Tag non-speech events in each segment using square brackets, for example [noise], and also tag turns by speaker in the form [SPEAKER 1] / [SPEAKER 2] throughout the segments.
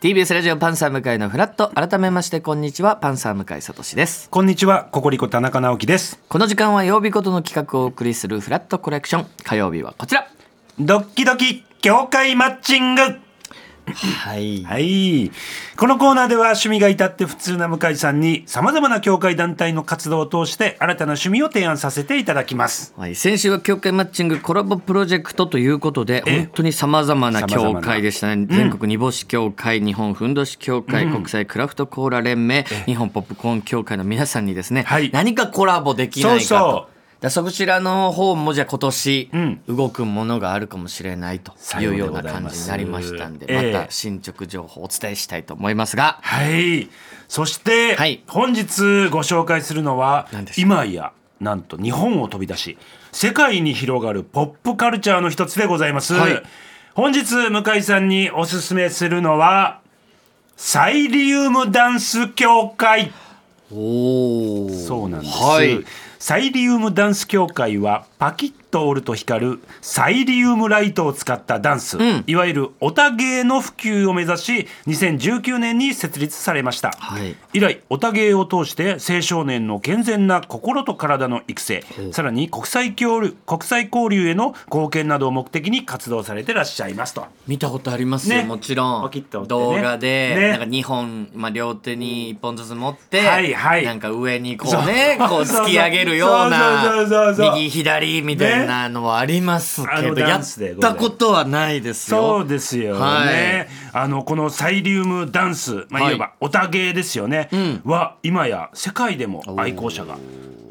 [SPEAKER 1] TBS ラジオパンサー向井のフラット改めましてこんにちはパンサー向井聡です
[SPEAKER 2] こんにちは、ココリコ田中直樹です。
[SPEAKER 1] この時間は曜日ごとの企画をお送りするフラットコレクション火曜日はこちら
[SPEAKER 2] ドッキドキ業界マッチング
[SPEAKER 1] はい
[SPEAKER 2] はい。このコーナーでは趣味が至って普通な向井さんに様々な協会団体の活動を通して新たな趣味を提案させていただきます。
[SPEAKER 1] はい、先週は協会マッチングコラボプロジェクトということで
[SPEAKER 2] ええ
[SPEAKER 1] 本当にさまざまな協
[SPEAKER 2] 様々な
[SPEAKER 1] 会でしたね全国煮干し協会、日本ふんどし協会、国際クラフトコーラ連盟日本ポップコーン協会の皆さんにですね、
[SPEAKER 2] はい
[SPEAKER 1] 何かコラボできないかと
[SPEAKER 2] そうそう
[SPEAKER 1] だそちらの方もじゃあ今年
[SPEAKER 2] ん
[SPEAKER 1] 動くものがあるかもしれないと
[SPEAKER 2] さ
[SPEAKER 1] い
[SPEAKER 2] よう
[SPEAKER 1] う
[SPEAKER 2] で
[SPEAKER 1] よう
[SPEAKER 2] ご
[SPEAKER 1] な
[SPEAKER 2] ざい
[SPEAKER 1] 感
[SPEAKER 2] ま
[SPEAKER 1] じ
[SPEAKER 2] す
[SPEAKER 1] になりましたんで、
[SPEAKER 2] ええ
[SPEAKER 1] また進捗情報をお伝えしたいと思いますが、
[SPEAKER 2] はい。そして、
[SPEAKER 1] はい
[SPEAKER 2] 本日ご紹介するのは
[SPEAKER 1] 何で、しょう
[SPEAKER 2] 今や、なんと日本を飛び出し、世界に広がるポップカルチャーの一つでございます。
[SPEAKER 1] はい
[SPEAKER 2] 本日、向井さんにおすすめするのは、サイリウムダンス協会。
[SPEAKER 1] おお
[SPEAKER 2] そうなんです、
[SPEAKER 1] はい、
[SPEAKER 2] サイリウムダンス協会はパキッと折ると光るサイリウムライトを使ったダンス、
[SPEAKER 1] ん
[SPEAKER 2] いわゆるオタ芸の普及を目指し2019年に設立されました、
[SPEAKER 1] はい
[SPEAKER 2] 以来オタ芸を通して青少年の健全な心と体の育成
[SPEAKER 1] ほう
[SPEAKER 2] さらに国際交流国際交流への貢献などを目的に活動されてらっしゃいますと
[SPEAKER 1] 見たことありますよ、
[SPEAKER 2] ね
[SPEAKER 1] もちろん、
[SPEAKER 2] パキッと折ってね
[SPEAKER 1] 動画で、
[SPEAKER 2] ね
[SPEAKER 1] なんか2本、まあ、両手に1本ずつ持って、
[SPEAKER 2] はいはい
[SPEAKER 1] なんか上にこうねこう
[SPEAKER 2] [laughs] そうそう
[SPEAKER 1] 突き上げるよう
[SPEAKER 2] そうそうそうそう
[SPEAKER 1] な
[SPEAKER 2] そう
[SPEAKER 1] 右左みたいなのはあります
[SPEAKER 2] あ
[SPEAKER 1] けど、
[SPEAKER 2] の
[SPEAKER 1] や
[SPEAKER 2] ダンスで
[SPEAKER 1] っ
[SPEAKER 2] ござい
[SPEAKER 1] た
[SPEAKER 2] ます
[SPEAKER 1] ことはないです
[SPEAKER 2] そう
[SPEAKER 1] よ。
[SPEAKER 2] ですよね、
[SPEAKER 1] はい
[SPEAKER 2] あのこのサイリウムダンス、まあ、
[SPEAKER 1] はい
[SPEAKER 2] いわばオタ芸ですよね、
[SPEAKER 1] ん
[SPEAKER 2] は今や世界でも愛好者が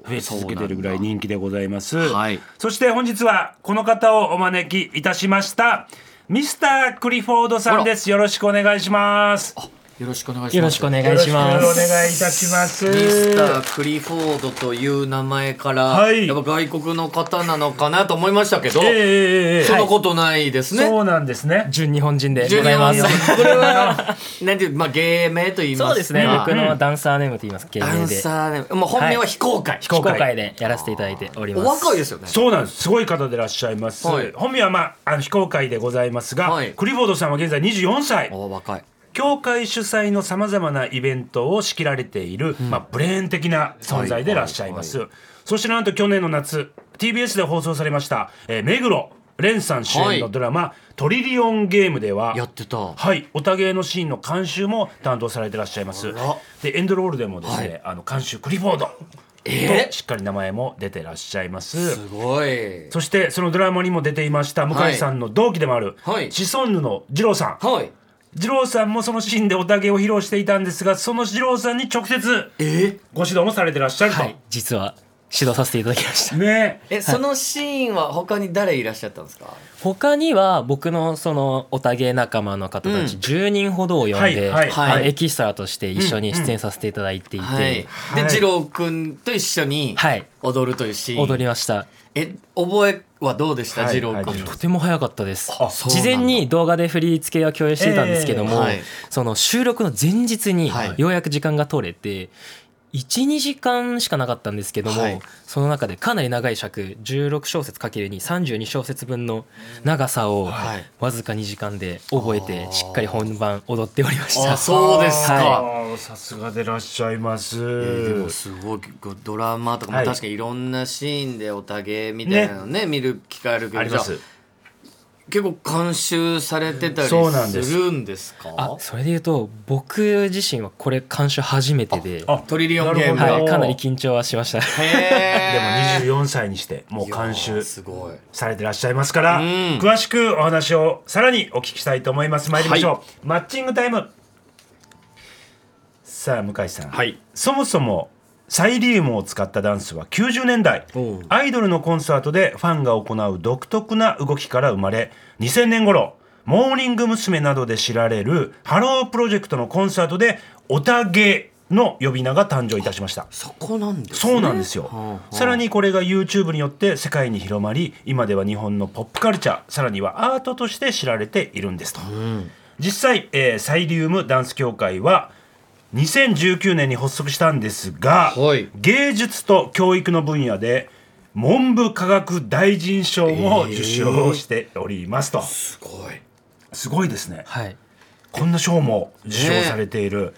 [SPEAKER 2] 増え続けてるぐらい人気でございますそ,、
[SPEAKER 1] はい
[SPEAKER 2] して本日はこの方をお招きいたしましたミスタークリフォードさんですよろしくお願いします
[SPEAKER 1] よろしくお願いします。
[SPEAKER 3] よろしくお願いし
[SPEAKER 2] よ
[SPEAKER 3] ま
[SPEAKER 2] ろしくお
[SPEAKER 3] す。
[SPEAKER 2] 願いいたします
[SPEAKER 1] ミスター・クリフォードという名前から、
[SPEAKER 2] はい
[SPEAKER 1] やっぱ外国の方なのかなと思いましたけど、
[SPEAKER 2] ええええええ
[SPEAKER 1] そんなことないですね。
[SPEAKER 2] そうなんですね
[SPEAKER 3] 純日本人で
[SPEAKER 1] ジュ
[SPEAKER 3] ご
[SPEAKER 1] ニ
[SPEAKER 3] ざい
[SPEAKER 1] ア
[SPEAKER 3] ま
[SPEAKER 1] は
[SPEAKER 3] す。
[SPEAKER 1] これは、なんていう、まあ、芸名と言いますか
[SPEAKER 3] そうですね。
[SPEAKER 1] まあ
[SPEAKER 3] 僕のダンサーネームと言います。芸
[SPEAKER 1] ダ
[SPEAKER 3] 名
[SPEAKER 1] ン
[SPEAKER 3] で
[SPEAKER 1] サーで、もう本名は非公開。
[SPEAKER 3] 非公開でやらせていただいておりま
[SPEAKER 1] お
[SPEAKER 3] す。
[SPEAKER 1] 若いですよね。
[SPEAKER 2] そうなんです。すごい方でいらっしゃいます。
[SPEAKER 1] はい
[SPEAKER 2] 本名はまあ、あの非公開でございますが、
[SPEAKER 1] はい
[SPEAKER 2] クリフォードさんは現在24歳。
[SPEAKER 1] お若い。
[SPEAKER 2] 教会主催のさまざまなイベントを仕切られている、まあ、ブレーン的な存在でいらっしゃいます、そしてなんと去年の夏 TBS で放送されました、えー目黒蓮さん主演のドラマ「トリリオンゲーム」では
[SPEAKER 1] やってた。
[SPEAKER 2] はい、オタ芸のシーンの監修も担当されてらっしゃいます
[SPEAKER 1] あら
[SPEAKER 2] でエンドロールでもですね、
[SPEAKER 1] は
[SPEAKER 2] あの監修クリフォード
[SPEAKER 1] え
[SPEAKER 2] としっかり名前も出てらっしゃいます
[SPEAKER 1] すごい。
[SPEAKER 2] そしてそのドラマにも出ていました向
[SPEAKER 1] は
[SPEAKER 2] 井
[SPEAKER 1] い
[SPEAKER 2] さんの同期でもある、
[SPEAKER 1] はい
[SPEAKER 2] シソンヌの二郎さん、
[SPEAKER 1] はい。
[SPEAKER 2] 二郎さんもそのシーンでおたげを披露していたんですがその二郎さんに直接
[SPEAKER 1] え
[SPEAKER 2] ご指導もされてらっしゃると、
[SPEAKER 3] はい。実は指導させていただきました。
[SPEAKER 2] ね
[SPEAKER 1] え、そのシーンは他に誰いらっしゃったんですか
[SPEAKER 3] [laughs] 他には僕のそのおたげ仲間の方たち
[SPEAKER 1] うん
[SPEAKER 3] 10人ほどを呼んで、
[SPEAKER 2] はい
[SPEAKER 1] はい
[SPEAKER 3] あの
[SPEAKER 1] はい
[SPEAKER 3] エキストラとして一緒に出演させていただいていて、
[SPEAKER 1] はい。
[SPEAKER 2] は
[SPEAKER 1] で、
[SPEAKER 2] い
[SPEAKER 1] 二郎くんと一緒に
[SPEAKER 3] はい
[SPEAKER 1] 踊るというシーン。
[SPEAKER 3] 踊りました。
[SPEAKER 1] え、覚えはどうでした
[SPEAKER 2] はい
[SPEAKER 1] 二郎くんの
[SPEAKER 2] は
[SPEAKER 3] とても早かったです
[SPEAKER 2] あそう
[SPEAKER 1] なん
[SPEAKER 3] 事
[SPEAKER 1] だ
[SPEAKER 3] 前に動画で振り付けは共有していたんですけども、
[SPEAKER 1] ええはい
[SPEAKER 3] その収録の前日に
[SPEAKER 1] はい
[SPEAKER 3] ようやく時間が取れて12時間しかなかったんですけども、
[SPEAKER 1] はい
[SPEAKER 3] その中でかなり長い尺16小節かけるに32小節分の長さを
[SPEAKER 1] はい
[SPEAKER 3] わずか2時間で覚えて
[SPEAKER 1] あー
[SPEAKER 3] しっかり本番踊っておりました
[SPEAKER 1] あそうですか
[SPEAKER 2] はいさすがでらっしゃいます、
[SPEAKER 1] えーでもすごいドラマとかも
[SPEAKER 2] はい
[SPEAKER 1] 確かにいろんなシーンでおたげみたいなのね見る機会あるけど
[SPEAKER 2] あります
[SPEAKER 1] じゃあ結構監修されてたりす
[SPEAKER 2] そうなんです
[SPEAKER 1] るんですか
[SPEAKER 3] あそれで言うと僕自身はこれ監修初めてで、
[SPEAKER 2] あ
[SPEAKER 1] トリリオンゲーム
[SPEAKER 2] なる
[SPEAKER 3] は
[SPEAKER 2] ほ
[SPEAKER 3] い、
[SPEAKER 2] ど
[SPEAKER 3] かなり緊張はしました
[SPEAKER 2] でも
[SPEAKER 1] へえ
[SPEAKER 2] 24歳にしてもう監
[SPEAKER 1] いや
[SPEAKER 2] 修
[SPEAKER 1] ーすごい
[SPEAKER 2] されてらっしゃいますから、
[SPEAKER 1] うん
[SPEAKER 2] 詳しくお話をさらにお聞きしたいと思います参りましょう、
[SPEAKER 1] は
[SPEAKER 2] マッチングタイムさあ向井さん、
[SPEAKER 1] はい
[SPEAKER 2] そもそもサイリウムを使ったダンスは90年代
[SPEAKER 1] おう
[SPEAKER 2] アイドルのコンサートでファンが行う独特な動きから生まれ2000年頃モーニング娘。などで知られるハロープロジェクトのコンサートでオタゲの呼び名が誕生いたしました
[SPEAKER 1] そこなんですね
[SPEAKER 2] そうなんですよ、
[SPEAKER 1] はあはあ
[SPEAKER 2] さらにこれが YouTube によって世界に広まり今では日本のポップカルチャーさらにはアートとして知られているんですと、実際、えーサイリウムダンス協会は2019年に発足したんですが、
[SPEAKER 1] はい
[SPEAKER 2] 芸術と教育の分野で文部科学大臣賞も受賞しておりますと、
[SPEAKER 1] すごい
[SPEAKER 2] すごいですね
[SPEAKER 3] はい
[SPEAKER 2] こんな賞も受賞されている、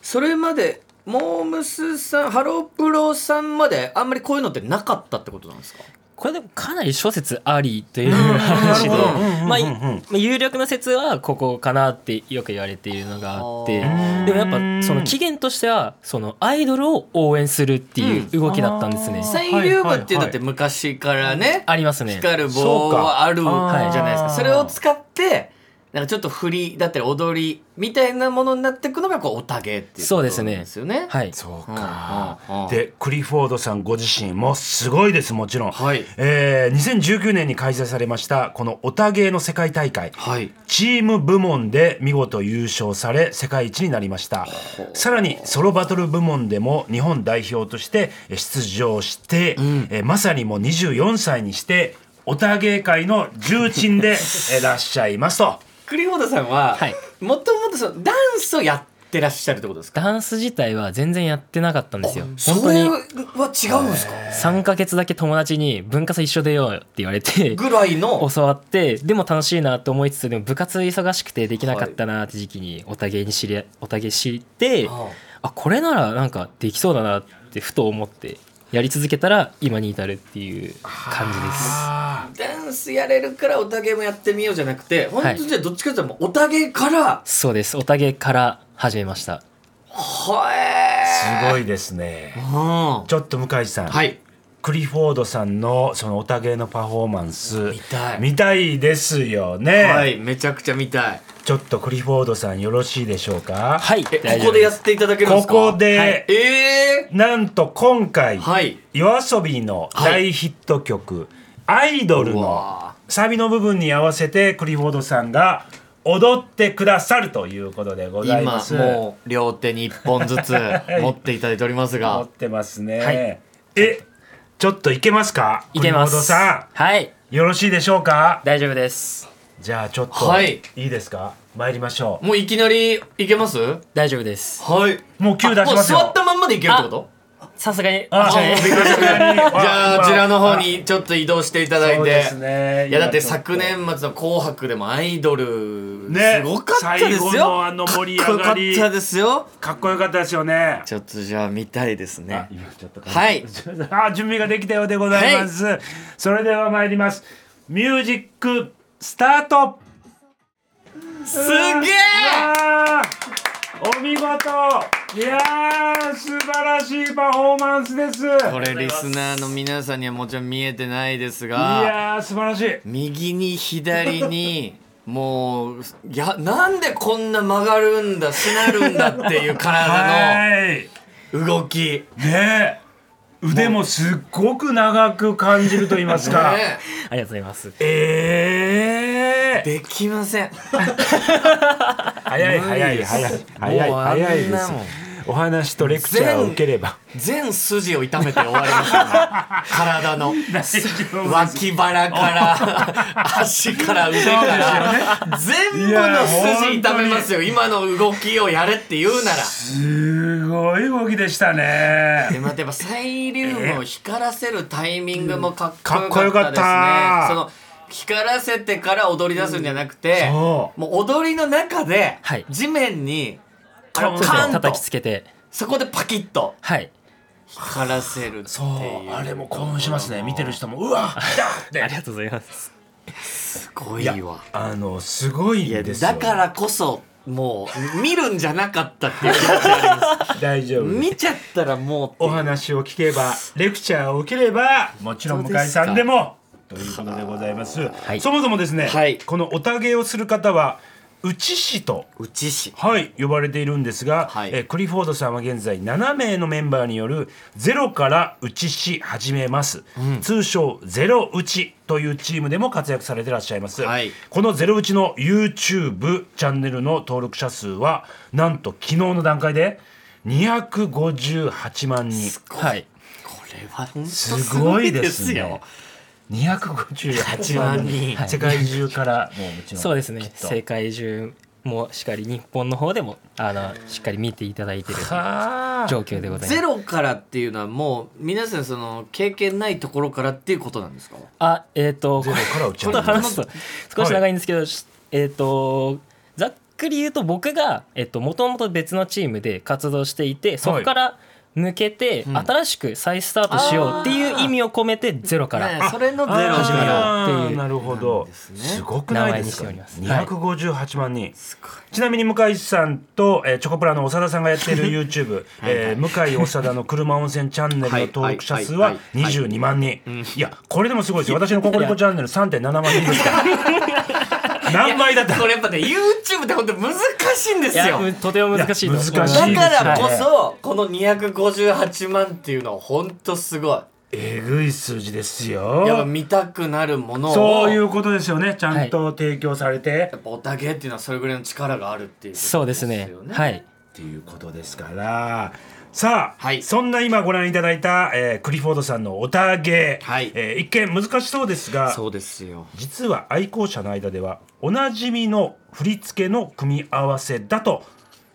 [SPEAKER 1] それまでモームスさんハロプロさんまであんまりこういうのってなかったってことなんですか
[SPEAKER 3] これでもかなり諸説あり
[SPEAKER 2] [laughs]
[SPEAKER 3] という話で
[SPEAKER 1] なるほど
[SPEAKER 3] まあい
[SPEAKER 2] うんうんうんうん
[SPEAKER 3] まあ有力な説はここかなってよく言われているのがあって
[SPEAKER 1] あー
[SPEAKER 3] でもやっぱその起源としてはそのアイドルを応援するっていう動きだったんですね。
[SPEAKER 2] うんあー
[SPEAKER 1] 戦友部っていう
[SPEAKER 2] はいはいはい
[SPEAKER 1] だって昔からね、
[SPEAKER 3] ありますね。
[SPEAKER 1] 光る棒はあるじ
[SPEAKER 2] そうか
[SPEAKER 1] ゃないですか
[SPEAKER 2] あー
[SPEAKER 1] それを使ってなんかちょっと振りだったり踊りみたいなものになっていくのがこうおたげっていうこと
[SPEAKER 3] そう
[SPEAKER 1] なん
[SPEAKER 3] ですね
[SPEAKER 1] ですよね。
[SPEAKER 3] はい。
[SPEAKER 2] そう
[SPEAKER 1] か
[SPEAKER 2] か、
[SPEAKER 1] うんうんうん
[SPEAKER 2] でクリフォードさんご自身もすごいですもちろん、
[SPEAKER 1] はい
[SPEAKER 2] えー2019年に開催されましたこのオタ芸の世界大会、
[SPEAKER 1] はい
[SPEAKER 2] チーム部門で見事優勝され世界一になりましたさらにソロバトル部門でも日本代表として出場して、えーまさにもう24歳にしてオタ芸界の重鎮
[SPEAKER 1] [laughs]
[SPEAKER 2] でえーいらっしゃいますと。
[SPEAKER 1] 栗本さんは、
[SPEAKER 3] はい
[SPEAKER 1] もともとそのダンスをやってらっしゃるってことですか
[SPEAKER 3] ダンス自体は全然やってなかったんですよ。本
[SPEAKER 1] そ
[SPEAKER 3] 当
[SPEAKER 1] れ
[SPEAKER 3] に
[SPEAKER 1] は違うんですか
[SPEAKER 3] 3ヶ月だけ友達に文化祭一緒出ようよって言われて
[SPEAKER 1] [laughs] ぐらいの
[SPEAKER 3] 教わってでも楽しいなと思いつつでも部活忙しくてできなかったなって時期におたげに知り合おたげ知って
[SPEAKER 1] あ
[SPEAKER 3] あこれならなんかできそうだなってふと思ってやり続けたら今に至るっていう感じです。
[SPEAKER 1] ダンスやれるからおたげもやってみようじゃなくて本
[SPEAKER 3] はい
[SPEAKER 1] 当じゃあどっちかというともうおたげから
[SPEAKER 3] そうですおたげから始めました。
[SPEAKER 1] はえ
[SPEAKER 2] すごいですね。
[SPEAKER 1] ーうん
[SPEAKER 2] ちょっと向井さん、
[SPEAKER 1] はい
[SPEAKER 2] クリフォードさんのそのオタ芸のパフォーマンス
[SPEAKER 1] 見たい
[SPEAKER 2] 見たいですよね、
[SPEAKER 1] はいめちゃくちゃ見たい
[SPEAKER 2] ちょっとクリフォードさんよろしいでしょうか。
[SPEAKER 3] はい
[SPEAKER 1] え
[SPEAKER 3] 大
[SPEAKER 1] ここ
[SPEAKER 3] 丈夫
[SPEAKER 1] でや
[SPEAKER 3] で
[SPEAKER 1] っ
[SPEAKER 3] す
[SPEAKER 1] ていただけるんで
[SPEAKER 2] こ
[SPEAKER 1] すか
[SPEAKER 2] こで、
[SPEAKER 3] はい
[SPEAKER 1] ええ
[SPEAKER 2] なんと今回、
[SPEAKER 1] はい
[SPEAKER 2] 夜遊びの大ヒット曲「アイドル」
[SPEAKER 1] う
[SPEAKER 2] の
[SPEAKER 1] わ
[SPEAKER 2] サビの部分に合わせてクリフォードさんが踊ってくださるということでございま
[SPEAKER 1] 今
[SPEAKER 2] す。
[SPEAKER 1] もう両手に1本 [laughs] ずつ持っていただいております
[SPEAKER 2] 踊
[SPEAKER 1] が
[SPEAKER 2] ってますね。
[SPEAKER 3] はい
[SPEAKER 2] えちょっといけますか
[SPEAKER 3] いけま
[SPEAKER 2] クリフォード
[SPEAKER 3] す。
[SPEAKER 2] さ
[SPEAKER 3] はい
[SPEAKER 2] んよろしいでしょうか
[SPEAKER 3] 大丈夫です
[SPEAKER 2] じゃあちょっと、
[SPEAKER 1] はいい、
[SPEAKER 2] いですか参りましょう。
[SPEAKER 1] もういきなりいけますは
[SPEAKER 3] 大丈夫です。
[SPEAKER 1] い
[SPEAKER 2] もう急出しますよ
[SPEAKER 1] あもう座ったまんまでいけるってこと
[SPEAKER 3] さすがに
[SPEAKER 2] あ
[SPEAKER 3] こちらへ
[SPEAKER 2] びっくりした
[SPEAKER 1] じゃああちらの方にちょっと移動していただい
[SPEAKER 2] そう
[SPEAKER 1] て
[SPEAKER 2] ですね
[SPEAKER 1] いやだって昨年末の「紅白」でもアイドル、
[SPEAKER 2] ね
[SPEAKER 1] すごかったですよ
[SPEAKER 2] 最後のあの盛り上がり
[SPEAKER 1] かっこよかったですよ
[SPEAKER 2] かっこよかったですよね。
[SPEAKER 1] ちょっとじゃあ見たいですね
[SPEAKER 2] は
[SPEAKER 1] はいい。
[SPEAKER 2] あ、準備ができたようでございます。それでは参ります。ミュージックスタート。
[SPEAKER 1] すげえ
[SPEAKER 2] わーお見事。いやー、素晴らしいパフォーマンスです。い
[SPEAKER 1] これリスナーの皆さんにはもちろん見えてないですが
[SPEAKER 2] やー、素晴らしい。
[SPEAKER 1] 右に左にもういやなんでこんな曲がるんだしなるんだっていう体
[SPEAKER 2] [laughs] はい。
[SPEAKER 1] の動き
[SPEAKER 2] ねえ。腕もすっごく長く感じると言いますか。
[SPEAKER 1] ね
[SPEAKER 3] ありがとうございます。
[SPEAKER 2] ええ
[SPEAKER 1] できません
[SPEAKER 2] 早い早い早い早い
[SPEAKER 1] もうあんなもん
[SPEAKER 2] 早いです。お話とレクチャーを受ければ。
[SPEAKER 1] 全筋を痛めて終わりましたね体
[SPEAKER 2] [laughs]
[SPEAKER 1] の脇腹から
[SPEAKER 2] [laughs]
[SPEAKER 1] 足から腕から全部の筋痛めますよ今の動きをやれって言う
[SPEAKER 2] [laughs]
[SPEAKER 1] なら
[SPEAKER 2] すごい動きでした
[SPEAKER 1] で
[SPEAKER 2] ね。
[SPEAKER 1] またやっぱイリウムを光らせるタイミングもか
[SPEAKER 2] かっ
[SPEAKER 1] っ
[SPEAKER 2] こ
[SPEAKER 1] こ
[SPEAKER 2] よ
[SPEAKER 1] よ
[SPEAKER 2] か
[SPEAKER 1] か
[SPEAKER 2] っ
[SPEAKER 1] ったたですね、その光らせてから踊り出すんじゃなくて、
[SPEAKER 2] うんそ
[SPEAKER 1] もう踊りの中で
[SPEAKER 3] はい
[SPEAKER 1] 地面に、あ
[SPEAKER 2] カ
[SPEAKER 1] の
[SPEAKER 2] ーンと
[SPEAKER 1] カーン
[SPEAKER 3] 叩き
[SPEAKER 1] と
[SPEAKER 3] つけて
[SPEAKER 1] そこでパキッと
[SPEAKER 3] はい
[SPEAKER 1] 光らせるっていう
[SPEAKER 2] そう、あれも興奮しますね。見てる人も、うわ、来たっ
[SPEAKER 3] あ
[SPEAKER 2] て。
[SPEAKER 3] りがとうございます。
[SPEAKER 1] すごい
[SPEAKER 2] いや
[SPEAKER 1] わ。
[SPEAKER 2] あの、すごい
[SPEAKER 1] いや
[SPEAKER 2] ですよ。
[SPEAKER 1] だからこそもう見るんじゃなかったっていう気持ちがあります
[SPEAKER 2] 大丈夫です。
[SPEAKER 1] 見ちゃったらもう
[SPEAKER 2] お話を聞けば、レクチャーを受ければ、もちろん向井さんでも。ということでございます。
[SPEAKER 3] い
[SPEAKER 2] そもそもですね、
[SPEAKER 1] はい
[SPEAKER 2] このおたげをする方は、内師と。
[SPEAKER 1] うちし
[SPEAKER 2] はい呼ばれているんですが、
[SPEAKER 1] はい
[SPEAKER 2] えークリフォードさんは現在7名のメンバーによるゼロから打ちし始めます、通称ゼロ打ちというチームでも活躍されてらっしゃいます、
[SPEAKER 1] はい
[SPEAKER 2] このゼロ打ちの YouTube チャンネルの登録者数はなんと昨日の段階で258万人
[SPEAKER 3] はい。
[SPEAKER 1] これは本当
[SPEAKER 2] す
[SPEAKER 1] す
[SPEAKER 2] ご
[SPEAKER 1] ご
[SPEAKER 2] い
[SPEAKER 1] い
[SPEAKER 2] で
[SPEAKER 1] ですす
[SPEAKER 2] ね
[SPEAKER 1] よ
[SPEAKER 2] 258万人
[SPEAKER 1] はい
[SPEAKER 2] 世界中からもうもちろん
[SPEAKER 3] そうですね。
[SPEAKER 2] きっと
[SPEAKER 3] 世界中もしっかり日本の方でもあのしっかり見ていただいている
[SPEAKER 2] はあ
[SPEAKER 3] 状況でござい
[SPEAKER 1] ゼ
[SPEAKER 3] ま
[SPEAKER 1] ロ
[SPEAKER 3] す。
[SPEAKER 1] からっていうのはもう皆さんその経験ないところからっていうことなんですか
[SPEAKER 3] あえっ、と
[SPEAKER 2] ゼロから打ち
[SPEAKER 3] ちょ
[SPEAKER 2] 上
[SPEAKER 3] っ
[SPEAKER 2] げ
[SPEAKER 3] と
[SPEAKER 2] ます
[SPEAKER 3] 話すと少し長いんですけど、しえっ、とざっくり言うと僕がも、えっともと別のチームで活動していてそこから抜けて、
[SPEAKER 1] うん
[SPEAKER 3] 新しく再スタートしようっていう意味を込めてゼロから、
[SPEAKER 1] ねそれのゼロ
[SPEAKER 3] あ
[SPEAKER 1] 始めよう
[SPEAKER 3] ようっていう
[SPEAKER 2] なるほど,、
[SPEAKER 1] なんですすね
[SPEAKER 2] ごくないですか
[SPEAKER 3] 名前にしております
[SPEAKER 2] 258万人、
[SPEAKER 1] すごい
[SPEAKER 2] ちなみに向井さんと、えーチョコプラの長田さんがやっている YouTube えー向井長田の車温泉チャンネルの登録者数は
[SPEAKER 4] はいはいはいはい
[SPEAKER 2] 22万人いやこれでもすごいですよ私のココリコチャンネル3.7万人です [laughs] から何倍だった
[SPEAKER 1] これやっぱね YouTube って本当難しいんです
[SPEAKER 3] いや
[SPEAKER 1] よ
[SPEAKER 3] とても難しいと思い
[SPEAKER 2] いや
[SPEAKER 3] ま
[SPEAKER 2] 難
[SPEAKER 3] す
[SPEAKER 2] しい
[SPEAKER 1] だ
[SPEAKER 2] です
[SPEAKER 1] からこそこの258万っていうのは本当すごい
[SPEAKER 2] えぐい数字です
[SPEAKER 1] やっぱ
[SPEAKER 2] よ
[SPEAKER 1] 見たくなるものを
[SPEAKER 2] そうい
[SPEAKER 1] や
[SPEAKER 2] うことですよねちゃんと提供されて、
[SPEAKER 1] っぱおたけっていうのはそれぐらいの力があるっていうこと
[SPEAKER 3] そうですね
[SPEAKER 1] よ
[SPEAKER 3] はい
[SPEAKER 2] っていうことですからさあ、
[SPEAKER 1] はい
[SPEAKER 2] そんな今ご覧いただいた、えークリフォードさんのおたげ、
[SPEAKER 1] はい
[SPEAKER 2] えー一見難しそうですが
[SPEAKER 1] そうですよ
[SPEAKER 2] 実は愛好者の間ではおなじみの振り付けの組み合わせだと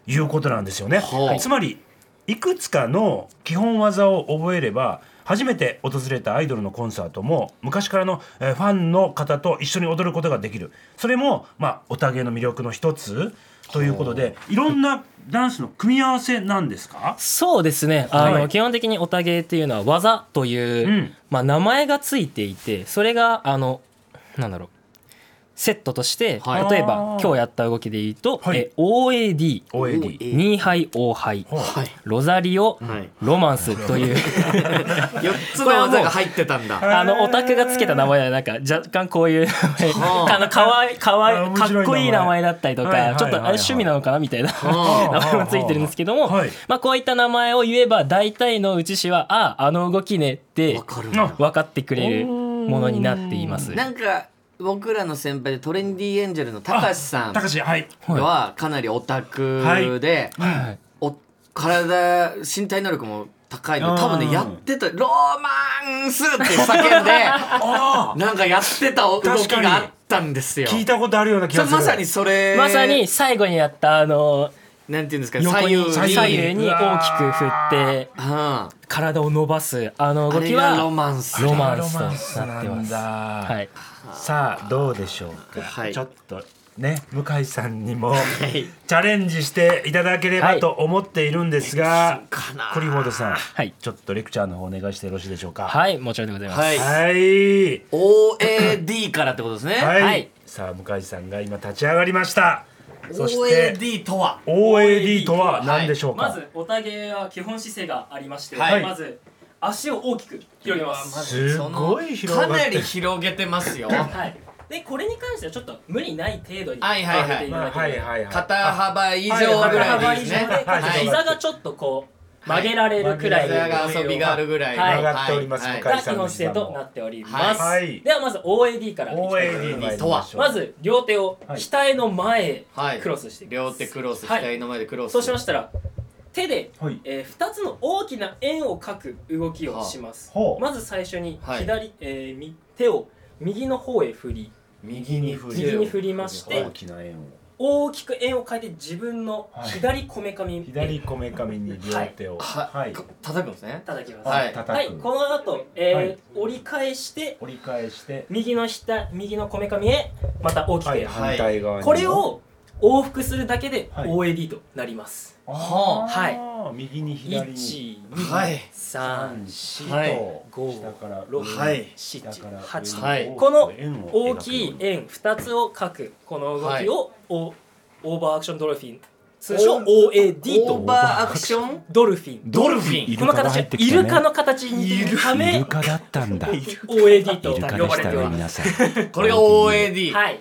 [SPEAKER 2] いうことなんですよね、
[SPEAKER 1] はい
[SPEAKER 2] つまりいくつかの基本技を覚えれば初めて訪れたアイドルのコンサートも昔からのえーファンの方と一緒に踊ることができるそれもまあおたげの魅力の一つということでいろんなダンスの組み合わせなんですか
[SPEAKER 3] そうですねあの、
[SPEAKER 2] はい
[SPEAKER 3] 基本的にオタゲっていうのは技という、
[SPEAKER 2] うん
[SPEAKER 3] まあ、名前がついていてそれがあのなんだろうセットとして、
[SPEAKER 1] はい
[SPEAKER 3] 例え
[SPEAKER 2] あ
[SPEAKER 3] ば
[SPEAKER 2] ー
[SPEAKER 3] 今日やった動きで言うと、
[SPEAKER 2] はい
[SPEAKER 3] え OAD
[SPEAKER 2] OAD
[SPEAKER 3] ニーハイオーハイ
[SPEAKER 1] はい
[SPEAKER 3] ロザリオ、
[SPEAKER 1] はい
[SPEAKER 3] ロマンスという
[SPEAKER 1] 4つの技が入ってたんだ
[SPEAKER 3] あのオタクがつけた名前はなんか若干こういう名
[SPEAKER 1] はあ
[SPEAKER 3] 前あのかわいか
[SPEAKER 2] あ
[SPEAKER 3] わい
[SPEAKER 2] 面白
[SPEAKER 3] か
[SPEAKER 2] い名前
[SPEAKER 3] っこいい名前だったりと
[SPEAKER 2] はいはいはいは
[SPEAKER 3] か
[SPEAKER 2] い
[SPEAKER 3] ちょっとあれ趣味なのかなみたいな
[SPEAKER 1] は
[SPEAKER 2] あ
[SPEAKER 3] 名前もついてるんですけども
[SPEAKER 2] はい
[SPEAKER 3] まあこういった名前を言えば大体のうち氏はあああの動きねって
[SPEAKER 1] わかる
[SPEAKER 2] あ
[SPEAKER 1] な
[SPEAKER 3] 分かってくれるものになっています。
[SPEAKER 1] なんか僕らの先輩でトレンディエンジェルのたかしさん
[SPEAKER 2] 高橋はい
[SPEAKER 1] はかなりオタクで、
[SPEAKER 3] はい
[SPEAKER 1] お体身体能力も高いの多分
[SPEAKER 2] う
[SPEAKER 1] ね
[SPEAKER 2] ん
[SPEAKER 1] やってた「ロマンス!」って叫んで
[SPEAKER 3] [laughs]
[SPEAKER 2] あ
[SPEAKER 1] なんかやってた動きがあったんですよ。
[SPEAKER 2] あ聞いたことあるような気が
[SPEAKER 1] そ
[SPEAKER 2] す
[SPEAKER 1] れ
[SPEAKER 2] る
[SPEAKER 1] まさにそれ
[SPEAKER 3] まさに最後にやったあの
[SPEAKER 1] なんていうんですか
[SPEAKER 3] 横
[SPEAKER 1] 左
[SPEAKER 3] に
[SPEAKER 1] 右に
[SPEAKER 3] 左右に大きく振って
[SPEAKER 1] うん、あ
[SPEAKER 3] 体を伸ばすあの動
[SPEAKER 1] れ
[SPEAKER 3] き
[SPEAKER 1] がロ
[SPEAKER 3] は
[SPEAKER 1] マンス。
[SPEAKER 3] ロマ
[SPEAKER 2] あ
[SPEAKER 3] ン
[SPEAKER 2] ロ
[SPEAKER 3] ス
[SPEAKER 2] マンス
[SPEAKER 3] とな
[SPEAKER 2] な
[SPEAKER 3] って
[SPEAKER 2] ん
[SPEAKER 3] ます。
[SPEAKER 2] だ
[SPEAKER 3] はい、
[SPEAKER 2] さあどうでしょうか、
[SPEAKER 1] はい
[SPEAKER 2] ちょっとね向井さんに
[SPEAKER 1] い
[SPEAKER 2] もチャレンジしていただければ
[SPEAKER 3] はい
[SPEAKER 2] と思っているんですが、
[SPEAKER 1] かな
[SPEAKER 2] クリフォードさん、
[SPEAKER 3] はい
[SPEAKER 2] ちょっとレクチャーの方お願いしてよろしいでしょうか
[SPEAKER 3] はい、もちろんでございます。
[SPEAKER 1] はい
[SPEAKER 2] はい
[SPEAKER 1] OAD からってことですね。
[SPEAKER 2] はい
[SPEAKER 3] はい
[SPEAKER 2] さあ向井さんが今立ち上がりましたそして
[SPEAKER 1] OAD とは
[SPEAKER 2] OAD とは何でしょうか、
[SPEAKER 5] まずおたげは基本姿勢がありまして、
[SPEAKER 1] はい
[SPEAKER 5] まず足を大きく広げます。
[SPEAKER 2] すごい広が
[SPEAKER 1] か
[SPEAKER 2] って
[SPEAKER 1] なり広げてますよ。
[SPEAKER 5] はい。でこれに関してはちょっと無理ない程度に
[SPEAKER 1] はいはいはい
[SPEAKER 5] 広げていた
[SPEAKER 2] ま
[SPEAKER 5] だ
[SPEAKER 2] あ
[SPEAKER 5] け
[SPEAKER 2] は
[SPEAKER 5] れ
[SPEAKER 2] い
[SPEAKER 5] ば。
[SPEAKER 2] はいはい
[SPEAKER 1] 肩幅以上ぐ
[SPEAKER 5] 肩
[SPEAKER 1] ら
[SPEAKER 5] 幅
[SPEAKER 1] いで
[SPEAKER 5] 以
[SPEAKER 1] いい
[SPEAKER 5] 上
[SPEAKER 1] ですね。
[SPEAKER 5] で、かつ
[SPEAKER 1] はい。
[SPEAKER 5] 膝がちょっとこう曲げられるくらい
[SPEAKER 1] 膝が
[SPEAKER 5] の
[SPEAKER 1] 遊びがあるぐらい。
[SPEAKER 5] はい
[SPEAKER 2] 曲がっております
[SPEAKER 1] はい
[SPEAKER 2] 向
[SPEAKER 5] が
[SPEAKER 2] 井さ
[SPEAKER 5] 基
[SPEAKER 2] んの
[SPEAKER 5] 本
[SPEAKER 2] 膝
[SPEAKER 5] 姿勢
[SPEAKER 2] も
[SPEAKER 5] となっております。
[SPEAKER 2] はい
[SPEAKER 5] ではまず OAD からいきたいと思います
[SPEAKER 2] OAD 参り
[SPEAKER 1] とは
[SPEAKER 2] しょう
[SPEAKER 5] まず両手を
[SPEAKER 2] はい
[SPEAKER 5] 額の前へ
[SPEAKER 1] はい
[SPEAKER 5] クロスしていきます
[SPEAKER 1] 両手クロス、
[SPEAKER 5] はい
[SPEAKER 1] 左の前でクロス。
[SPEAKER 5] そうしましたら手で、
[SPEAKER 2] はい
[SPEAKER 5] えー、2つの大きな円を描く動きをします、
[SPEAKER 2] ほう
[SPEAKER 5] まず最初に
[SPEAKER 1] はい
[SPEAKER 5] 左、えーみ手を右の方へ振り
[SPEAKER 1] 右に振
[SPEAKER 5] 右に振りまして
[SPEAKER 2] 大きな円を
[SPEAKER 5] 大きく円を描いて自分の左こめかみ
[SPEAKER 2] 左こめかみに両手を、
[SPEAKER 1] は
[SPEAKER 2] はい
[SPEAKER 1] 叩くんですね。
[SPEAKER 5] 叩きます、
[SPEAKER 1] は
[SPEAKER 5] はいい
[SPEAKER 2] 叩く、
[SPEAKER 5] この後、えー
[SPEAKER 2] はい
[SPEAKER 5] 折り返して
[SPEAKER 2] 折り返して
[SPEAKER 5] 右の下右のこめかみへまた大きく、
[SPEAKER 2] はい、反対側にも
[SPEAKER 5] これを往復するだけで
[SPEAKER 2] はい
[SPEAKER 5] OAD となります、
[SPEAKER 2] あー
[SPEAKER 5] は
[SPEAKER 2] 右に左に
[SPEAKER 5] 一二
[SPEAKER 1] はい
[SPEAKER 5] 三
[SPEAKER 2] 四
[SPEAKER 1] はい
[SPEAKER 2] と
[SPEAKER 5] 五
[SPEAKER 2] 下から
[SPEAKER 5] 六
[SPEAKER 1] はい
[SPEAKER 5] 七
[SPEAKER 2] 下から
[SPEAKER 5] 八
[SPEAKER 1] はい
[SPEAKER 5] この
[SPEAKER 2] 円を
[SPEAKER 5] 大きい円2つを描くこの動きを、おオーバーアクションドルフィン通称 OAD
[SPEAKER 1] オー
[SPEAKER 5] と
[SPEAKER 1] バーアクション
[SPEAKER 5] ドルフィン
[SPEAKER 1] ドルフィン。
[SPEAKER 2] イ
[SPEAKER 5] こ
[SPEAKER 2] ル
[SPEAKER 5] の
[SPEAKER 2] カが
[SPEAKER 5] 形は
[SPEAKER 2] 入ってき
[SPEAKER 5] イ
[SPEAKER 2] たね
[SPEAKER 5] ルカの形に似ているため
[SPEAKER 2] カだったんだイ
[SPEAKER 5] OAD と呼ばれております
[SPEAKER 2] 皆さん
[SPEAKER 1] これが OAD。だか
[SPEAKER 5] はい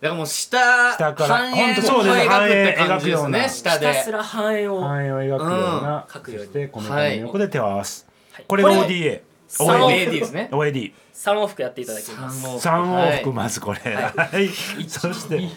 [SPEAKER 1] らもう下、
[SPEAKER 2] 下から
[SPEAKER 1] 半円を
[SPEAKER 2] ほんとそうです
[SPEAKER 1] 描くって感じです
[SPEAKER 2] 半円描くよう
[SPEAKER 1] ね、
[SPEAKER 2] な
[SPEAKER 1] 下
[SPEAKER 5] ひ
[SPEAKER 1] で
[SPEAKER 5] た。すら半円を、
[SPEAKER 2] 範囲を描くような、
[SPEAKER 5] うん描くよう
[SPEAKER 2] そ
[SPEAKER 5] に
[SPEAKER 2] してこの辺の横で手を合わす、
[SPEAKER 5] はい
[SPEAKER 2] これが ODA
[SPEAKER 5] これ
[SPEAKER 1] OAD ですね。
[SPEAKER 2] OAD
[SPEAKER 5] 3往復やっていただき
[SPEAKER 1] 三
[SPEAKER 5] ます
[SPEAKER 1] 往
[SPEAKER 2] 3往
[SPEAKER 1] はい
[SPEAKER 2] 復まずこれ、はい、そして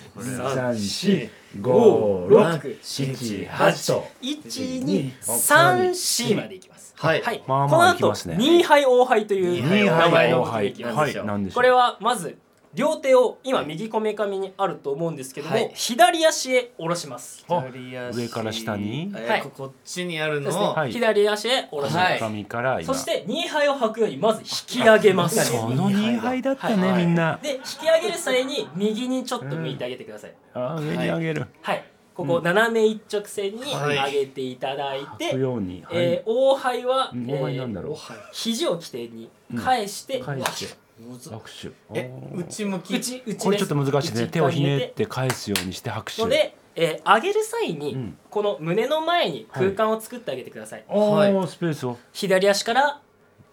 [SPEAKER 5] 四五六七
[SPEAKER 2] 34567
[SPEAKER 5] 八
[SPEAKER 2] と
[SPEAKER 5] 1234までいきます
[SPEAKER 1] はい
[SPEAKER 5] はい、
[SPEAKER 2] まあまあいき
[SPEAKER 5] この
[SPEAKER 2] ま
[SPEAKER 5] 後
[SPEAKER 2] すね
[SPEAKER 5] 2杯王杯という
[SPEAKER 1] 二
[SPEAKER 5] 名
[SPEAKER 1] 杯
[SPEAKER 5] 前
[SPEAKER 1] 王
[SPEAKER 5] の
[SPEAKER 1] 杯
[SPEAKER 5] 動きでいきます
[SPEAKER 2] はい、なんでしょう
[SPEAKER 5] これはまず
[SPEAKER 3] 両手を今右こめかみにあると思うんですけども、
[SPEAKER 1] はい
[SPEAKER 3] 左足へ下ろします。
[SPEAKER 2] あ
[SPEAKER 1] 左足
[SPEAKER 2] 上から下に
[SPEAKER 1] えー
[SPEAKER 3] はい
[SPEAKER 1] こっちにある
[SPEAKER 3] で
[SPEAKER 1] の
[SPEAKER 3] す
[SPEAKER 1] を
[SPEAKER 3] ね、
[SPEAKER 2] はい
[SPEAKER 3] 左足へ下ろします。
[SPEAKER 1] はい
[SPEAKER 2] 髪から今
[SPEAKER 3] そして2杯を履くよりまず引き上げます。
[SPEAKER 2] その2杯だった
[SPEAKER 1] は
[SPEAKER 2] ね
[SPEAKER 1] い
[SPEAKER 2] みんな
[SPEAKER 3] で引き上げる際に右にちょっと向いてあげてください、
[SPEAKER 2] あー上に上げる
[SPEAKER 3] はいここ斜め一直線に
[SPEAKER 1] はい
[SPEAKER 3] 上げていただいて、
[SPEAKER 2] 行くようにはい
[SPEAKER 3] えー、横背は、
[SPEAKER 2] うん横背なんだろう
[SPEAKER 3] えー肘を起点に返して、
[SPEAKER 2] 返して
[SPEAKER 1] むず
[SPEAKER 2] 拍手
[SPEAKER 1] え
[SPEAKER 2] おー
[SPEAKER 1] 内向き
[SPEAKER 3] 内内です
[SPEAKER 2] これちょっと難しいね
[SPEAKER 3] 内
[SPEAKER 2] 手をひねって返すようにして拍手
[SPEAKER 3] ので、えー、上げる際に、
[SPEAKER 2] うん
[SPEAKER 3] この胸の前に空間を作ってあげてください、
[SPEAKER 2] お
[SPEAKER 1] はい
[SPEAKER 2] ースペースを
[SPEAKER 3] 左足から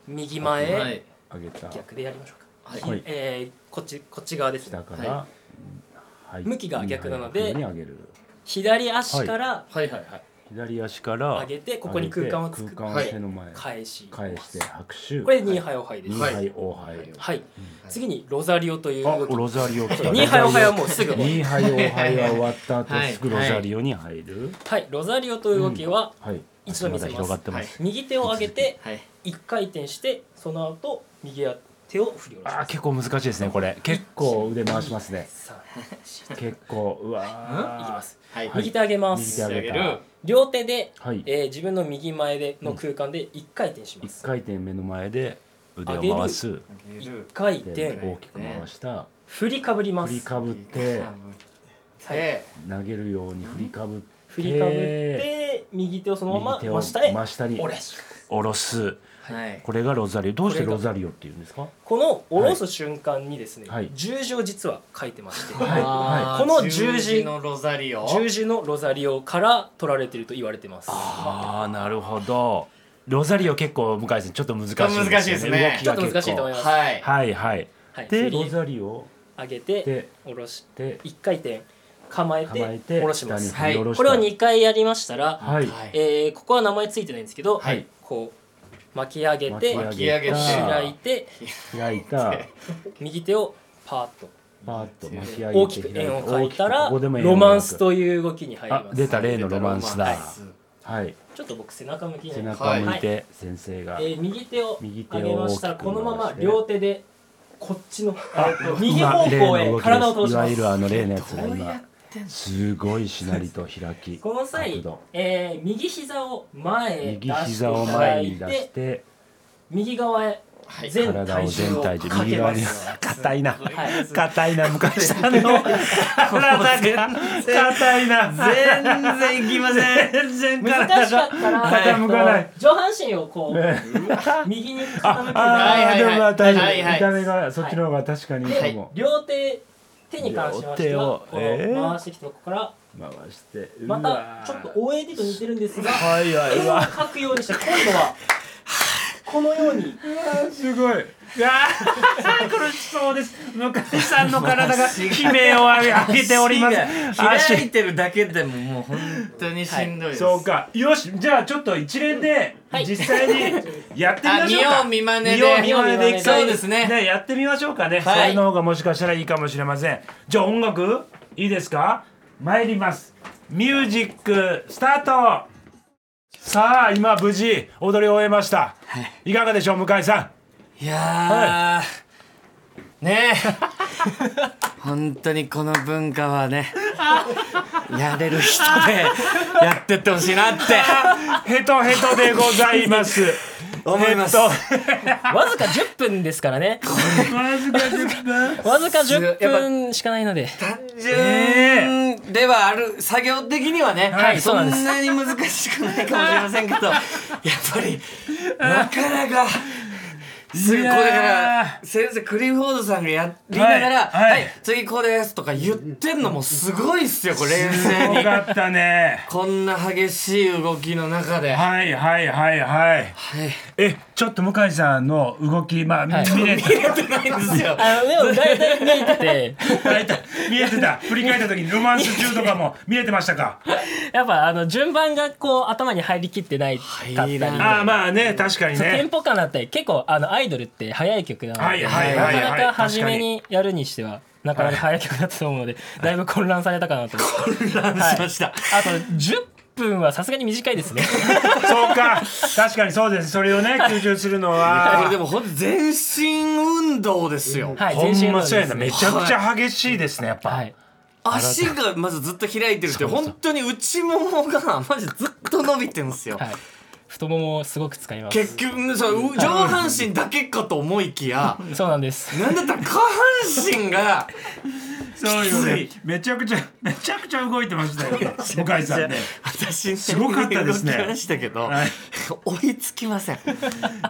[SPEAKER 3] 右前へ、
[SPEAKER 1] はい
[SPEAKER 2] 上げた
[SPEAKER 3] 逆でやりましょうか
[SPEAKER 1] はい
[SPEAKER 2] はい
[SPEAKER 3] えーこっちこっち側ですね
[SPEAKER 2] 下からはい
[SPEAKER 3] 向きが逆なので
[SPEAKER 2] 上に上げる
[SPEAKER 3] 左足から
[SPEAKER 1] はいはいはい
[SPEAKER 2] 左足から
[SPEAKER 3] 上げてここに空間を作
[SPEAKER 2] 上
[SPEAKER 3] っ
[SPEAKER 2] げて空間を
[SPEAKER 3] て
[SPEAKER 2] 手の前
[SPEAKER 3] 返し
[SPEAKER 2] 返して拍手
[SPEAKER 3] これ2杯お杯です
[SPEAKER 2] 二
[SPEAKER 3] はい、
[SPEAKER 2] 杯お杯
[SPEAKER 3] 次にロザリオという
[SPEAKER 2] あ
[SPEAKER 3] 動き
[SPEAKER 2] ロザリオ来た
[SPEAKER 3] 2杯お杯はもうすぐ終わる
[SPEAKER 2] 二杯お杯が終わった後
[SPEAKER 1] はい
[SPEAKER 2] すぐロザリオに入る
[SPEAKER 3] はいロザリオという動きは
[SPEAKER 2] はい
[SPEAKER 3] 一度見せま
[SPEAKER 2] まだ広
[SPEAKER 3] す
[SPEAKER 2] がってます
[SPEAKER 3] 右手を上げて
[SPEAKER 1] はい
[SPEAKER 3] 1回転してその後右手を振り下ろし
[SPEAKER 2] あー
[SPEAKER 3] ます
[SPEAKER 2] 結構難しいですねこれ結構腕回しますね
[SPEAKER 3] さ
[SPEAKER 2] 結構う
[SPEAKER 3] あいき
[SPEAKER 2] わ
[SPEAKER 3] ます
[SPEAKER 1] はい
[SPEAKER 3] 右手上げま
[SPEAKER 2] 右
[SPEAKER 3] す
[SPEAKER 2] 手上げた
[SPEAKER 3] 両手で、
[SPEAKER 2] ーはい
[SPEAKER 3] えー自分の右前での空間で1回転しま
[SPEAKER 2] 一
[SPEAKER 3] す
[SPEAKER 2] 回転目の前で腕を回す
[SPEAKER 1] 上げる
[SPEAKER 3] 回
[SPEAKER 2] で
[SPEAKER 3] 転
[SPEAKER 2] 大きく回した
[SPEAKER 3] 振りかぶりま
[SPEAKER 2] 振り
[SPEAKER 3] す
[SPEAKER 2] かぶって
[SPEAKER 3] はい
[SPEAKER 2] 投げるように振りかぶって
[SPEAKER 3] 振りかぶって右手をそのまま
[SPEAKER 2] 右手を
[SPEAKER 3] 真下へ
[SPEAKER 2] 真下に
[SPEAKER 3] 下ろす
[SPEAKER 2] 下ろす
[SPEAKER 1] はい
[SPEAKER 2] これがロザリオどうして
[SPEAKER 3] これが
[SPEAKER 2] ロザリオっていうんですか
[SPEAKER 3] この下ろす瞬間にですね、
[SPEAKER 2] はい
[SPEAKER 3] 十字を実は書いてまして、
[SPEAKER 2] はい
[SPEAKER 1] あー
[SPEAKER 3] この十字
[SPEAKER 1] のロザリオ
[SPEAKER 3] 十字のロザリオから取られていると言われてます
[SPEAKER 2] ああなるほどロザリオ結構向井さんちょっと難しいよ
[SPEAKER 1] 難しいですね
[SPEAKER 2] 動き
[SPEAKER 3] ちょ
[SPEAKER 2] が
[SPEAKER 3] っと難しいと思い
[SPEAKER 2] 結
[SPEAKER 3] ます、
[SPEAKER 1] はい
[SPEAKER 2] 構はいはい
[SPEAKER 3] はい、
[SPEAKER 2] で
[SPEAKER 3] 振
[SPEAKER 2] ロ
[SPEAKER 3] り
[SPEAKER 2] ザリオ
[SPEAKER 3] 上げて
[SPEAKER 2] で
[SPEAKER 3] 下ろし
[SPEAKER 2] で
[SPEAKER 3] 一回転構えて
[SPEAKER 2] 構えて
[SPEAKER 3] 下ろしま
[SPEAKER 2] 下に
[SPEAKER 3] す
[SPEAKER 2] 振り下ろした
[SPEAKER 3] これを2回やりましたら、
[SPEAKER 2] はい
[SPEAKER 1] はい
[SPEAKER 3] えーここは名前ついてないんですけど、
[SPEAKER 1] はい
[SPEAKER 3] こう巻き上げて
[SPEAKER 1] 巻き上げて
[SPEAKER 3] 開いて
[SPEAKER 2] 開いた
[SPEAKER 3] 右手をパーッと
[SPEAKER 2] パーッと巻き上げて
[SPEAKER 3] 大きく円を描いたら
[SPEAKER 2] 大きくここでも円を描く
[SPEAKER 3] ロマンスという動きに入りま
[SPEAKER 2] あ
[SPEAKER 3] す
[SPEAKER 2] 出た例のロマンスだ
[SPEAKER 1] はい
[SPEAKER 2] はい
[SPEAKER 3] ちょっと僕背中向きに
[SPEAKER 2] 背
[SPEAKER 3] なります
[SPEAKER 2] 中を向いて先生が
[SPEAKER 3] えー右手を
[SPEAKER 2] 右手を
[SPEAKER 3] 上げましたら
[SPEAKER 2] 大きく
[SPEAKER 3] このまま
[SPEAKER 2] 回して
[SPEAKER 3] 両手でこっちの右
[SPEAKER 2] 今
[SPEAKER 3] 方向
[SPEAKER 2] 例の動
[SPEAKER 3] へ
[SPEAKER 2] き
[SPEAKER 3] 体を
[SPEAKER 2] で
[SPEAKER 3] 通
[SPEAKER 2] す
[SPEAKER 3] し
[SPEAKER 2] い
[SPEAKER 3] ま
[SPEAKER 2] わ
[SPEAKER 3] す
[SPEAKER 2] ゆるあの例のやつが
[SPEAKER 1] どうや
[SPEAKER 2] 今すごいしなりと開き
[SPEAKER 3] この際
[SPEAKER 2] 角度、
[SPEAKER 3] えー右膝を前へ出
[SPEAKER 2] 右
[SPEAKER 3] して
[SPEAKER 2] 膝
[SPEAKER 3] い
[SPEAKER 2] を
[SPEAKER 3] ただ
[SPEAKER 2] 前
[SPEAKER 3] い
[SPEAKER 2] に出してて
[SPEAKER 3] 右側へ
[SPEAKER 1] はい
[SPEAKER 3] 全
[SPEAKER 2] 体
[SPEAKER 3] 体
[SPEAKER 2] を
[SPEAKER 3] 重
[SPEAKER 2] 全
[SPEAKER 3] をか
[SPEAKER 2] 体重右
[SPEAKER 3] け
[SPEAKER 2] 側
[SPEAKER 3] ま
[SPEAKER 2] に
[SPEAKER 3] す
[SPEAKER 2] 硬いな
[SPEAKER 3] はい
[SPEAKER 2] 硬いな昔さんの体
[SPEAKER 3] [laughs]
[SPEAKER 2] が硬いな
[SPEAKER 1] 全然いきません
[SPEAKER 2] 全然
[SPEAKER 3] 難しかったら、
[SPEAKER 2] はい傾かない
[SPEAKER 3] 上半身をこう右に傾けて
[SPEAKER 2] ああでもまあ大丈
[SPEAKER 1] はい
[SPEAKER 2] 夫
[SPEAKER 1] はい
[SPEAKER 2] 見た目がそっちの方が確かにいいかも
[SPEAKER 3] 両手手に関しまして
[SPEAKER 2] 両
[SPEAKER 3] は
[SPEAKER 2] 手を
[SPEAKER 3] こう
[SPEAKER 2] えー
[SPEAKER 3] 回してきてここから
[SPEAKER 2] 回してう
[SPEAKER 3] ま
[SPEAKER 2] わ
[SPEAKER 3] たちょっと OAD と似てるんですが
[SPEAKER 2] はいはい
[SPEAKER 3] 円を描くようにして今度はこのように
[SPEAKER 2] すごい。ああ、苦しそうです。昔さんの体が悲鳴を上げております。
[SPEAKER 1] 開いてるだけでももう本当にしんどいです、
[SPEAKER 2] そうか。よし、じゃあちょっと一連で
[SPEAKER 3] はい
[SPEAKER 2] 実際にやってみま
[SPEAKER 1] [laughs] あ見
[SPEAKER 2] しょう
[SPEAKER 1] よ
[SPEAKER 2] か。
[SPEAKER 1] う見まねで
[SPEAKER 2] 見よう見まねで一回
[SPEAKER 1] そうですね
[SPEAKER 2] やってみましょうかね。
[SPEAKER 1] はい
[SPEAKER 2] それの方がもしかしたらいいかもしれません。じゃあ音楽いいですか？参ります。ミュージックスタート。さあ今無事踊り終えました。いかがでしょう向井さん。
[SPEAKER 1] いやー、ねえ本当にこの文化はねやれる人でやってってほしいなって
[SPEAKER 2] ヘトヘトでございます。
[SPEAKER 1] 思います
[SPEAKER 2] えっ
[SPEAKER 3] わずか10分ですか
[SPEAKER 2] [laughs]
[SPEAKER 3] らねわずか10分しかないので
[SPEAKER 1] 単純ではある作業的にはね、
[SPEAKER 2] はい
[SPEAKER 1] そんなに難しくないかもしれませんけどやっぱりなかなか。すぐこれ
[SPEAKER 2] やー
[SPEAKER 1] から先生クリフォードさんがやりながら「
[SPEAKER 2] はい
[SPEAKER 1] は
[SPEAKER 2] はい
[SPEAKER 1] い、次こうです」とか言ってんのもすごいっすよこれ冷
[SPEAKER 2] と
[SPEAKER 1] [laughs] 静
[SPEAKER 2] よ
[SPEAKER 1] に
[SPEAKER 2] かったね。
[SPEAKER 1] こんな激しい動きの中で、はい、
[SPEAKER 2] はいはいはいはい。え、ちょっと向井さんの動き、まあ、 [laughs] 見れて、
[SPEAKER 1] ないんですよ
[SPEAKER 3] あのでも大体見えてて
[SPEAKER 2] 見えてた。振り返った時にロマンス中とかも見えてましたか。
[SPEAKER 3] やっぱあの順番がこう頭に入りきってないかった
[SPEAKER 1] 入
[SPEAKER 3] り
[SPEAKER 1] らない
[SPEAKER 2] ああ、まあね、確かに
[SPEAKER 3] テン
[SPEAKER 2] ね。
[SPEAKER 3] ポ感だったり結構あのアイドルって速い曲なので、
[SPEAKER 2] はいはいはいはい
[SPEAKER 3] なかなか初めにやるにしてはなかなか速い曲だったと思うので、だいぶ混乱されたかなと思って
[SPEAKER 1] 乱しました、
[SPEAKER 3] あと10分はさすがに短いです
[SPEAKER 2] [laughs]
[SPEAKER 3] ね
[SPEAKER 2] そうか確かにそうですそれを [laughs] ね吸収するのは
[SPEAKER 1] これでもほんと全身運動ですよ、
[SPEAKER 3] はい
[SPEAKER 2] ほ
[SPEAKER 3] 全身
[SPEAKER 2] ん
[SPEAKER 3] 運動
[SPEAKER 2] ま
[SPEAKER 3] で
[SPEAKER 2] そうや
[SPEAKER 3] す
[SPEAKER 2] な
[SPEAKER 3] ね
[SPEAKER 2] めちゃくちゃ激しいですねやっぱ、
[SPEAKER 3] はい
[SPEAKER 1] 足がまずずっと開いてるって本当に内ももがマジずっと伸びてるんですよ、
[SPEAKER 3] はい太ももをすごく使います
[SPEAKER 1] 結局そうう上半身だけかと思いきや
[SPEAKER 3] そうなんです
[SPEAKER 1] なんだったら下半身が
[SPEAKER 2] [laughs] そうよね
[SPEAKER 1] きつ
[SPEAKER 2] めちゃく [laughs] ちゃめちゃくちゃ動いてましたよね向井さんね
[SPEAKER 1] 私ね
[SPEAKER 2] すごかったですね
[SPEAKER 1] 動きましたけど、
[SPEAKER 2] はい
[SPEAKER 1] 追いつきません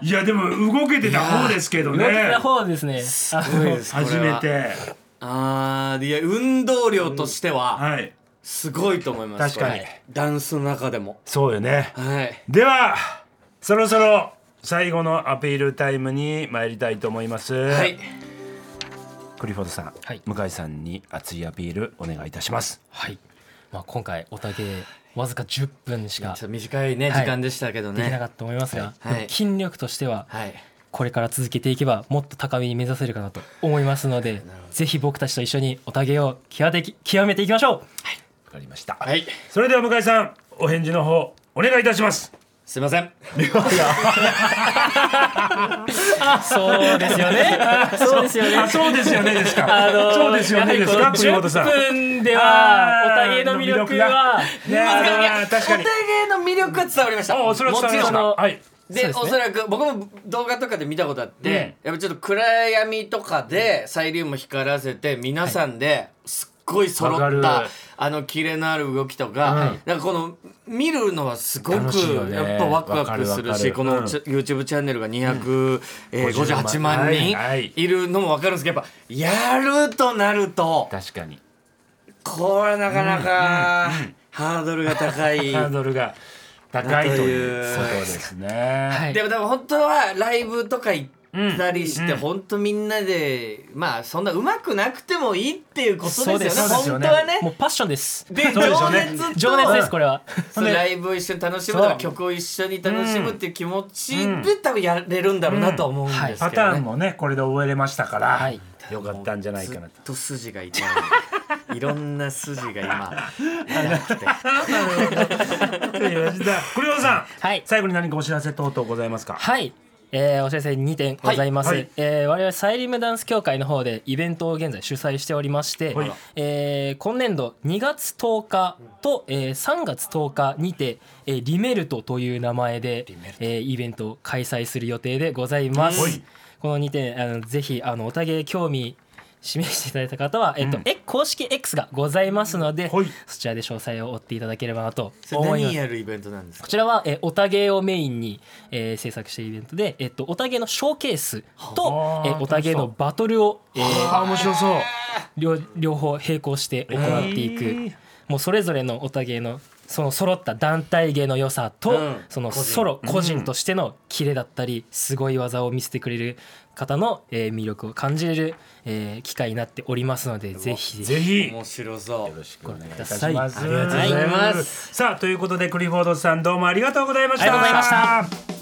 [SPEAKER 2] いやでも動けてた方ですけど
[SPEAKER 3] 動け
[SPEAKER 2] ね
[SPEAKER 3] た方ですねあ
[SPEAKER 1] ごいですこれは
[SPEAKER 2] 初めて
[SPEAKER 1] あーいや運動量としては
[SPEAKER 2] はい
[SPEAKER 1] すごいと思います、
[SPEAKER 2] 確かに
[SPEAKER 1] これダンスの中でも
[SPEAKER 2] そうよね
[SPEAKER 1] はい
[SPEAKER 2] ではそろそろ最後のアピールタイムに参りたいと思います、
[SPEAKER 1] はい
[SPEAKER 2] クリフォードさん、
[SPEAKER 3] はい
[SPEAKER 2] 向井さんに熱いアピールお願いいたします
[SPEAKER 3] [laughs] はい、まあ、今回おたけわずか10分し
[SPEAKER 1] ちょ
[SPEAKER 3] か
[SPEAKER 1] っと短いね
[SPEAKER 3] はい
[SPEAKER 1] 時間でしたけど
[SPEAKER 3] でき
[SPEAKER 1] ね
[SPEAKER 3] なかったと思いますが、
[SPEAKER 1] はい
[SPEAKER 3] でも筋力としては
[SPEAKER 1] はい
[SPEAKER 3] これから続けていけばもっと高みに目指せるかなと思いますのでぜひ僕たちと一緒におたげを極めて極めていきましょう
[SPEAKER 2] わかりました、
[SPEAKER 1] はい
[SPEAKER 2] それでは向井さんお返事の方お願いいたします
[SPEAKER 1] すいません
[SPEAKER 3] そうですよね [laughs] そうですよね
[SPEAKER 2] あそうですよねです [laughs] か、そうですよねですかクリフォードさん
[SPEAKER 3] 10分で
[SPEAKER 2] は
[SPEAKER 3] は
[SPEAKER 2] お
[SPEAKER 3] お
[SPEAKER 2] た
[SPEAKER 3] た
[SPEAKER 2] げ
[SPEAKER 3] げ
[SPEAKER 2] の
[SPEAKER 3] の
[SPEAKER 2] 魅
[SPEAKER 3] 魅
[SPEAKER 2] 力
[SPEAKER 3] 力
[SPEAKER 2] は
[SPEAKER 3] は
[SPEAKER 2] ねあの確かに
[SPEAKER 1] お互いの魅力は伝わりました
[SPEAKER 2] ああそれは伝わりま
[SPEAKER 1] もち
[SPEAKER 2] し
[SPEAKER 1] ろん
[SPEAKER 2] た
[SPEAKER 3] もちろん
[SPEAKER 2] はい
[SPEAKER 1] で
[SPEAKER 3] そうですね
[SPEAKER 1] おそらく僕も動画とかで見たことあって、やっぱちょっと暗闇とかでサイリウム光らせて皆さんですっごい揃
[SPEAKER 2] わか
[SPEAKER 1] っ
[SPEAKER 2] る
[SPEAKER 1] た、あのキレのある動きとか、なんかこの見るのはすご
[SPEAKER 2] 楽
[SPEAKER 1] く
[SPEAKER 2] しいよね
[SPEAKER 1] やっぱワクワクするし
[SPEAKER 2] わか
[SPEAKER 1] こ
[SPEAKER 2] るわかる
[SPEAKER 1] のちょ YouTube チャンネルが258
[SPEAKER 2] 万
[SPEAKER 1] 万人
[SPEAKER 2] はい
[SPEAKER 1] いるのも分かるんですけどやっぱやるとなると
[SPEAKER 2] 確かに
[SPEAKER 1] これはなかなかハードルが高い。
[SPEAKER 2] ハードルが高いということですね、
[SPEAKER 3] はい
[SPEAKER 1] でもでも本当はライブとか行ったりして、本当みんなでまあそんな上手くなくてもいいっていうことですよね
[SPEAKER 3] そうです
[SPEAKER 2] そう
[SPEAKER 1] 本当はね
[SPEAKER 3] もうパッションです
[SPEAKER 1] で
[SPEAKER 2] そうですよね
[SPEAKER 1] 情熱と
[SPEAKER 3] 情熱ですこれは
[SPEAKER 1] そうライブを一緒に楽しむと
[SPEAKER 2] そ
[SPEAKER 1] か
[SPEAKER 2] う
[SPEAKER 1] 曲を一緒に楽しむっていう気持ちで多分やれるんだろうなとは思うんですけど、ね
[SPEAKER 2] パターンもねこれで覚えれましたから、
[SPEAKER 3] はい
[SPEAKER 2] よかったんじゃないかな
[SPEAKER 1] ずっと筋が痛いいろんな筋が
[SPEAKER 2] [laughs]
[SPEAKER 1] 今痛くて
[SPEAKER 2] と。クリオさん、
[SPEAKER 3] はい
[SPEAKER 2] 最後に何かお知らせ等々ございますか。
[SPEAKER 3] はい、えーお知らせ2点ございます、
[SPEAKER 2] はいはい
[SPEAKER 3] えー我々サイリウムダンス協会の方でイベントを現在主催しておりまして、
[SPEAKER 2] はい
[SPEAKER 3] えー今年度2月10日と、えー3月10日にて、えーリメルトという名前で
[SPEAKER 1] メル、ト
[SPEAKER 3] えーイベントを開催する予定でございます、
[SPEAKER 2] はい
[SPEAKER 3] この2点あのぜひあのおたげ興味示していただいた方は、えっと
[SPEAKER 2] うん
[SPEAKER 3] え公式 X がございますので、
[SPEAKER 2] はい
[SPEAKER 3] そちらで詳細を追っていただければなと
[SPEAKER 1] それ
[SPEAKER 3] 思いま
[SPEAKER 1] 何
[SPEAKER 3] す。
[SPEAKER 1] やるイベントなんです
[SPEAKER 3] こ
[SPEAKER 1] か
[SPEAKER 3] ちらは、えー、おたげをメインに、えー制作しているイベントで、えっと、おたげのショーケース
[SPEAKER 2] は
[SPEAKER 3] と
[SPEAKER 2] あ、
[SPEAKER 3] えーおたげのバトルを、えー
[SPEAKER 2] あ面白そう。
[SPEAKER 3] 両両方並行して行っていく、
[SPEAKER 2] へー
[SPEAKER 3] もうそれぞれのおたげのその揃った団体芸の良さと、
[SPEAKER 1] うん
[SPEAKER 3] その
[SPEAKER 1] 個人
[SPEAKER 3] ソロ個人としてのキレだったり、すごい技を見せてくれる方の、えー魅力を感じれる、えー機会になっておりますのでぜひぜ
[SPEAKER 2] ぜ
[SPEAKER 3] ひ
[SPEAKER 2] ひ。
[SPEAKER 1] 面白そう
[SPEAKER 2] よろしくお願いいた
[SPEAKER 3] ご覧
[SPEAKER 2] し
[SPEAKER 3] くだ
[SPEAKER 2] ます。。
[SPEAKER 3] さいありがとうご
[SPEAKER 1] ざいます
[SPEAKER 2] さあということでクリフォードさんどうもありがとうございました。。
[SPEAKER 3] ありがとうございました